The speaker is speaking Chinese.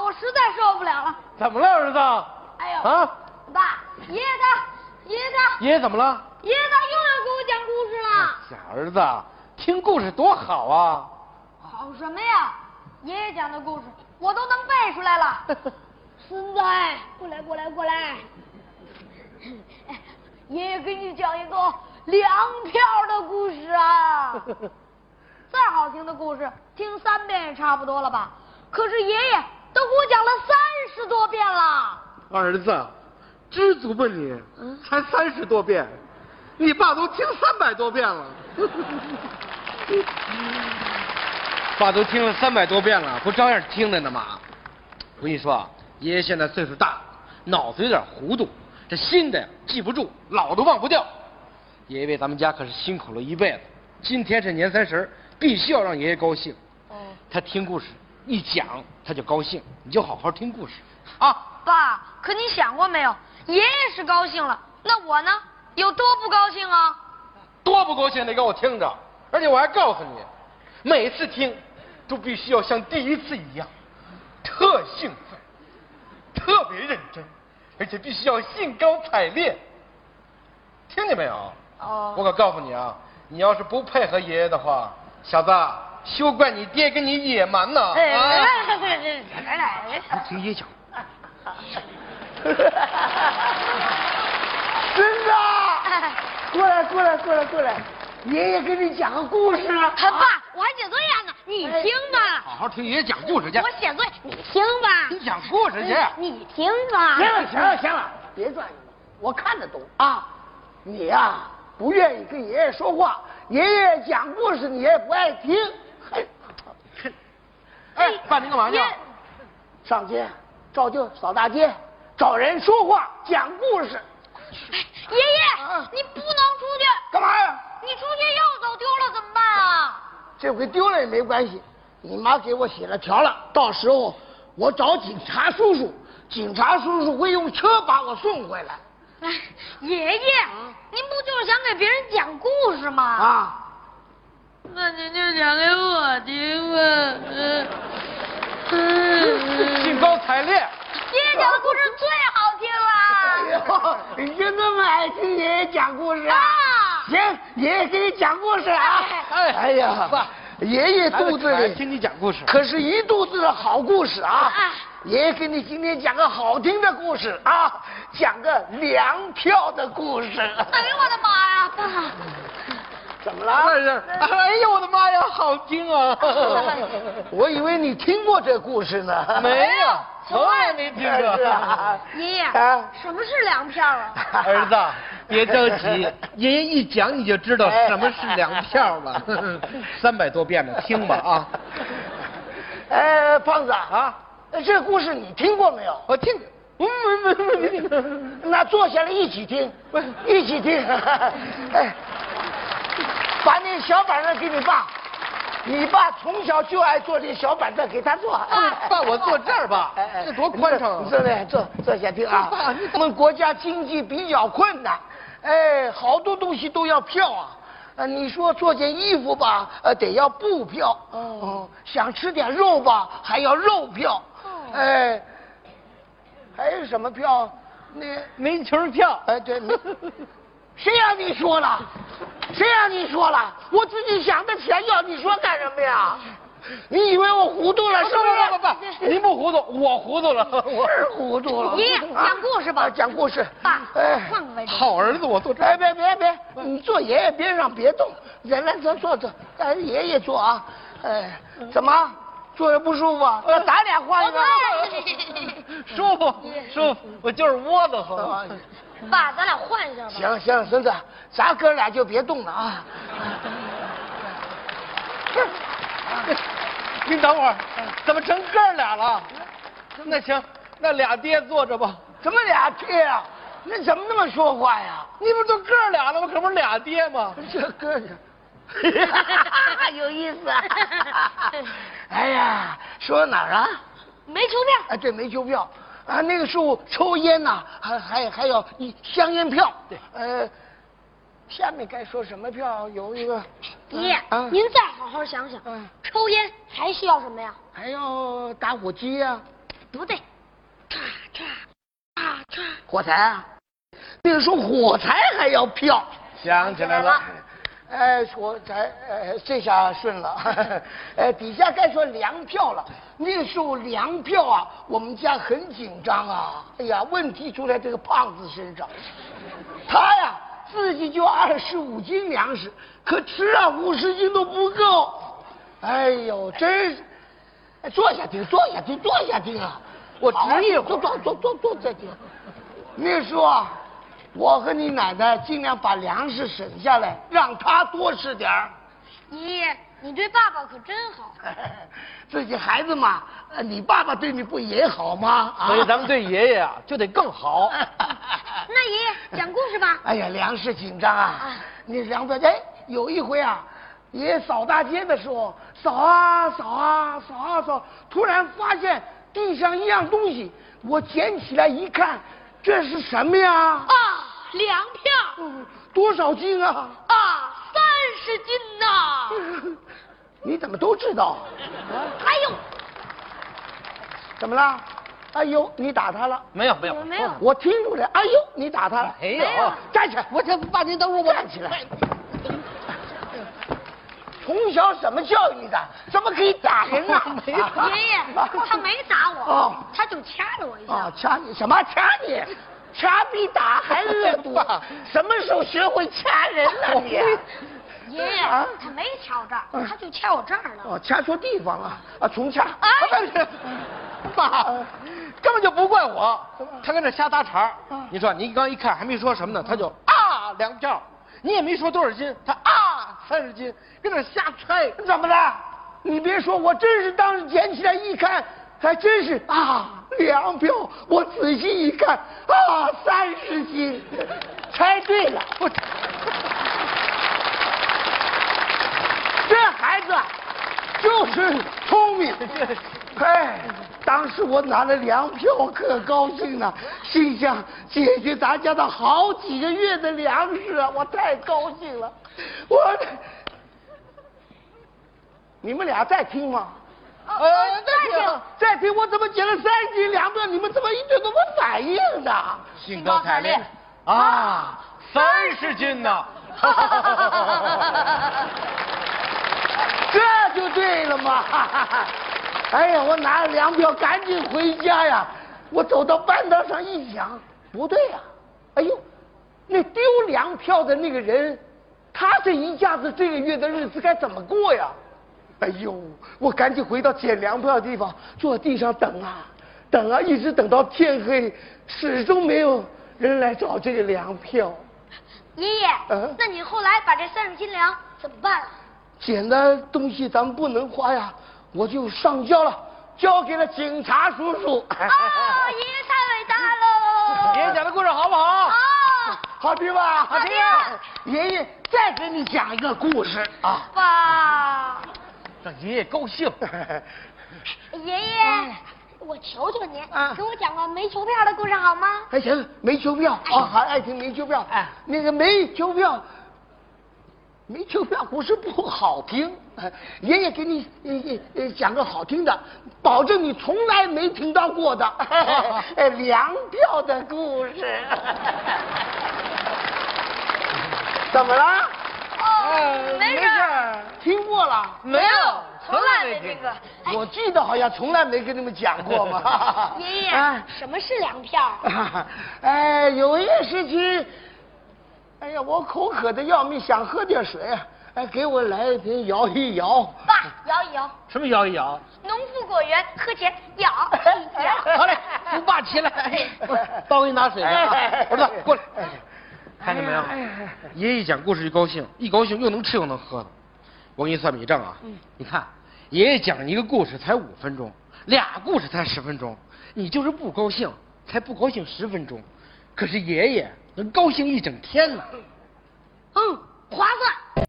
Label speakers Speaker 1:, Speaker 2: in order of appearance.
Speaker 1: 我实在受不了了。
Speaker 2: 怎么了，儿子？
Speaker 1: 哎呦，
Speaker 2: 啊，
Speaker 1: 爸，爷爷他，爷爷他，
Speaker 2: 爷爷怎么了？
Speaker 1: 爷爷他又要给我讲故事了。
Speaker 2: 小儿子，听故事多好啊！
Speaker 1: 好什么呀？爷爷讲的故事我都能背出来 了。孙子，过来，过来，过来。哎爷爷给你讲一个粮票的故事啊。再好听的故事，听三遍也差不多了吧？可是爷爷都给我讲了三十多遍了。
Speaker 2: 儿子，知足吧你，才三十多遍，你爸都听三百多遍了。 爸都听了三百多遍了，不照样听着呢吗？我跟你说啊，爷爷现在岁数大了，脑子有点糊涂，这新的呀记不住，老的忘不掉。爷爷为咱们家可是辛苦了一辈子，今天是年三十儿，必须要让爷爷高兴。
Speaker 1: 哦，
Speaker 2: 他听故事一讲他就高兴，你就好好听故事啊。
Speaker 1: 爸，可你想过没有？爷爷是高兴了，那我呢？有多不高兴啊？
Speaker 2: 多不高兴得给我听着，而且我还告诉你，每次听都必须要像第一次一样，特兴奋，特别认真，而且必须要兴高采烈。听见没有？我
Speaker 1: 哦，
Speaker 2: 可告诉你啊，你要是不配合爷爷的话，小子，休怪你爹跟你野蛮呢。
Speaker 1: 哎
Speaker 2: 啊
Speaker 1: 哎哎哎
Speaker 2: 你
Speaker 1: 哎
Speaker 2: 听 爷讲。
Speaker 3: 孙 子，
Speaker 1: 哎！
Speaker 3: 过来，过来，过来，过来，爷爷给你讲个故事啊。
Speaker 1: 哎爸，我还写作业呢，你听吧。
Speaker 2: 好好听爷爷讲故事去
Speaker 1: 我写作业，你听吧。
Speaker 2: 你讲故
Speaker 3: 哎
Speaker 2: 事去。
Speaker 1: 你听啊吧。
Speaker 3: 啊行了，行了，行了，别转悠了，我看得懂啊。你呀、不愿意跟爷爷说话，爷爷讲故事你也不爱听，嘿，
Speaker 2: 哎，爸，您干嘛去？
Speaker 1: 爷
Speaker 3: 上街照旧扫大街，找人说话讲故事，
Speaker 1: 哎爷爷
Speaker 3: 啊，
Speaker 1: 你不能出去，
Speaker 3: 干嘛呀？
Speaker 1: 你出去要走丢了怎么办啊？
Speaker 3: 这回丢了也没关系，你妈给我写了条了，到时候我找警察叔叔，警察叔叔会用车把我送回来
Speaker 1: 哎，爷爷，您不就是想给别人讲故事吗？
Speaker 3: 嗯啊。
Speaker 1: 那您就讲给我听吧。嗯
Speaker 2: 兴高采烈。
Speaker 1: 爷爷讲的故事最好听
Speaker 3: 哎
Speaker 1: 了。
Speaker 3: 呦，你就那么爱听爷爷讲故事啊？
Speaker 1: 啊
Speaker 3: 行，爷爷给你讲故事啊。
Speaker 2: 哎
Speaker 3: 哎呀
Speaker 2: 爸，
Speaker 3: 爷爷肚子
Speaker 2: 来
Speaker 3: 里
Speaker 2: 听你讲故事。
Speaker 3: 可是一肚子的好故事啊
Speaker 1: 哎。
Speaker 3: 爷爷给你今天讲个好听的故事啊，讲个粮票的故事。
Speaker 1: 哎呦我的妈呀，爸！
Speaker 3: 怎么
Speaker 2: 那
Speaker 3: 了？
Speaker 2: 是， 哎呦我的妈呀，好听啊！
Speaker 3: 我以为你听过这故事呢。
Speaker 2: 没有，从来没听过
Speaker 3: 是。啊
Speaker 1: 爷爷
Speaker 3: 啊，
Speaker 1: 什么是粮票啊？
Speaker 2: 儿子，别着急，爷爷一讲你就知道什么是粮票了。三百多遍了，听吧 啊！
Speaker 3: 哎，胖子
Speaker 2: 啊，
Speaker 3: 这故事你听 过没有？
Speaker 2: 我听，嗯，没没没没。
Speaker 3: 那坐下来一 起听
Speaker 2: 不是，
Speaker 3: 一起听。 哎，把那小板凳给你爸，你爸从小就爱坐这小板凳，给他坐。
Speaker 2: 爸，我坐这儿吧
Speaker 3: 哎哎，
Speaker 2: 这多宽敞
Speaker 3: 你哎
Speaker 2: 啊！
Speaker 3: 坐那坐坐下听啊
Speaker 2: 爸 你。
Speaker 3: 我们国家经济比较困难，哎，好多东西都要票啊。呃，你说做件衣服吧，呃，得要布票。哦。想吃点肉吧，还要肉票。
Speaker 2: 哦
Speaker 3: 哎，还有什么票？那
Speaker 2: 煤球票，
Speaker 3: 哎，对，没谁让你说了？谁让你说了？我自己想的钱要你说干什么呀？你以为我糊涂了
Speaker 2: 不
Speaker 3: 是
Speaker 2: 不
Speaker 3: 不是？
Speaker 2: 不不不，您不糊涂，我糊涂了，我
Speaker 3: 是糊涂了。
Speaker 1: 爷爷
Speaker 3: 啊
Speaker 1: 讲故事吧
Speaker 3: 啊讲故事。
Speaker 1: 爸
Speaker 3: 哎，
Speaker 1: 换个位置。
Speaker 2: 好儿子，我坐这
Speaker 3: 哎，
Speaker 2: 儿。
Speaker 3: 别别别，你坐爷爷边上别动，来来，咱坐坐，哎，爷爷坐啊。哎，怎么坐着不舒服啊？那打俩花
Speaker 1: 我
Speaker 3: 样。
Speaker 2: 舒服舒服，我就是窝得
Speaker 3: 啊
Speaker 1: 哎
Speaker 2: 慌。
Speaker 1: 爸，咱俩换一下吧。
Speaker 3: 行行，孙子，咱哥俩就别动了啊。
Speaker 2: 您等会儿，怎么成哥俩了？那行，那俩爹坐着吧。
Speaker 3: 怎么俩爹啊？那怎么那么说话呀？
Speaker 2: 你不都哥俩了吗？可不是俩爹吗？
Speaker 3: 这哥呀， 有意思、啊。哎呀，说哪儿啊？
Speaker 1: 煤球票。
Speaker 3: 啊，对，没邮票。啊，那个时候抽烟呐、还还还有一香烟票。对，呃，下面该说什么票？有一个，
Speaker 1: 爷爷
Speaker 3: 啊，
Speaker 1: 您再好好想想
Speaker 3: 嗯，
Speaker 1: 抽烟还需要什么呀？
Speaker 3: 还有打火机呀、
Speaker 1: 不对，咔咔咔咔，
Speaker 3: 火柴啊？那时候火柴还要票。
Speaker 2: 想起来了，
Speaker 3: 哎，火柴，哎，这下顺了。哎，底下该说粮票了。那时候粮票啊，我们家很紧张啊。哎呀，问题出在这个胖子身上，他呀自己就二十五斤粮食，可吃啊五十斤都不够。哎呦，真是！哎坐下听，坐下听，坐下听啊！我执意坐坐坐坐坐再听。那时候啊，我和你奶奶尽量把粮食省下来，让她多吃点儿。
Speaker 1: 爷爷，你对爸爸可真好。
Speaker 3: 啊自己孩子嘛，呃你爸爸对你不也好吗？啊
Speaker 2: 所以咱们对爷爷啊就得更好。 啊
Speaker 1: 那爷爷讲故事吧。
Speaker 3: 哎呀，粮食紧张啊
Speaker 1: 啊！
Speaker 3: 那粮票，哎，有一回啊，爷爷扫大街的时候，扫啊扫啊扫啊扫，突然发现地上一样东西，我捡起来一看，这是什么呀？
Speaker 1: 啊，粮票
Speaker 3: 嗯多少斤啊？
Speaker 1: 啊，三十斤呐、
Speaker 3: 嗯 你怎么都知道？啊
Speaker 1: 还有，
Speaker 3: 怎么了？哎呦，你打他了！
Speaker 2: 没有没有
Speaker 1: 没有
Speaker 3: 我听出来，哎呦，你打他了！哦
Speaker 2: 没
Speaker 1: 没有
Speaker 2: 有，
Speaker 3: 站起来！我这把你等会儿我站起来。从小怎么教育你的？怎么可以打人呢、
Speaker 2: 没有啊
Speaker 1: 爷爷他没打我，
Speaker 3: 哦
Speaker 1: 他就掐了我一下。
Speaker 3: 啊，掐你什么？掐你？掐比打还恶毒
Speaker 2: 爸！
Speaker 3: 什么时候学会掐人了你？
Speaker 1: 爷爷，
Speaker 3: 啊
Speaker 1: 他没掐我这儿，
Speaker 3: 嗯
Speaker 1: 他就掐我这儿了。
Speaker 3: 哦，掐错地方了啊！重掐！
Speaker 1: 哎哦
Speaker 2: 爸，根本就不怪我，他跟这瞎搭茬儿。
Speaker 1: 啊
Speaker 2: 你说你刚一看还没说什么呢，他就啊粮票，你也没说多少斤，他啊三十斤，跟那瞎猜。
Speaker 3: 怎么了？你别说，我真是当时捡起来一看，还真是啊，粮票。我仔细一看，啊，三十斤，猜对了。
Speaker 2: 不，
Speaker 3: 这孩子啊就是聪明。
Speaker 2: 嗯
Speaker 3: 哎，当时我拿了粮票，我可高兴了，心想解决咱家的好几个月的粮食啊，我太高兴了。我，你们俩在听吗？
Speaker 2: 呃，
Speaker 1: 再见
Speaker 3: 在听我怎么捡了三斤粮票，你们怎么一点都不反应呢？
Speaker 2: 兴高采烈啊，三十斤 呢。
Speaker 3: 这就对了嘛！哎呀，我拿了粮票赶紧回家呀！我走到半道上一想，不对呀、哎呦，那丢粮票的那个人，他这一下子这个月的日子该怎么过呀？哎呦，我赶紧回到捡粮票的地方，坐地上等啊等啊，一直等到天黑，始终没有人来找这个粮票。
Speaker 1: 爷爷，
Speaker 3: 嗯
Speaker 1: 那你后来把这三十斤粮怎么办了？啊
Speaker 3: 捡的东西咱们不能花呀，我就上交了，交给了警察叔
Speaker 1: 哦，
Speaker 3: 叔。
Speaker 1: 爷爷太伟大 喽！
Speaker 2: 爷爷讲的故事好不好？
Speaker 1: 哦，
Speaker 3: 好听吧？
Speaker 1: 好听
Speaker 3: 爷爷再给你讲一个故事啊。
Speaker 1: 爸，
Speaker 2: 让爷爷高 兴。
Speaker 1: 爷爷，我求求您，
Speaker 3: 啊
Speaker 1: 给我讲个没球票的故事好 吗？
Speaker 3: 还哎行，没球票啊，还爱听没球票。哎
Speaker 2: 哎，
Speaker 3: 那个没球票，没球票不是不好听。哎爷爷给你呃呃呃讲个好听的，保证你从来没听到过的哎粮票的故事。怎么了？
Speaker 1: 哦，没事儿，哎
Speaker 3: 儿，听过了。
Speaker 2: 没有，
Speaker 1: 从来没听过。哎。
Speaker 3: 我记得好像从来没跟你们讲过啊 嘛
Speaker 1: 爷爷，
Speaker 3: 哎
Speaker 1: 什么是粮票？
Speaker 3: 哎，有一时期，哎呀，我口渴的要命，想喝点水，哎，给我来一瓶摇一摇。
Speaker 1: 爸，摇一摇，
Speaker 2: 什么摇一摇？
Speaker 1: 农夫果园喝前摇一摇。
Speaker 2: 好嘞，扶爸起 来，爸我给你拿水去啊。儿子，过来，看见没有？爷爷讲故事就高兴，一高兴又能吃又能喝了。我给你算笔账啊，你看，爷爷讲一个故事才五分钟，俩故事才十分钟，你就是不高兴，才不高兴十分钟，可是爷爷能高兴一整天呢。
Speaker 1: 嗯，划算。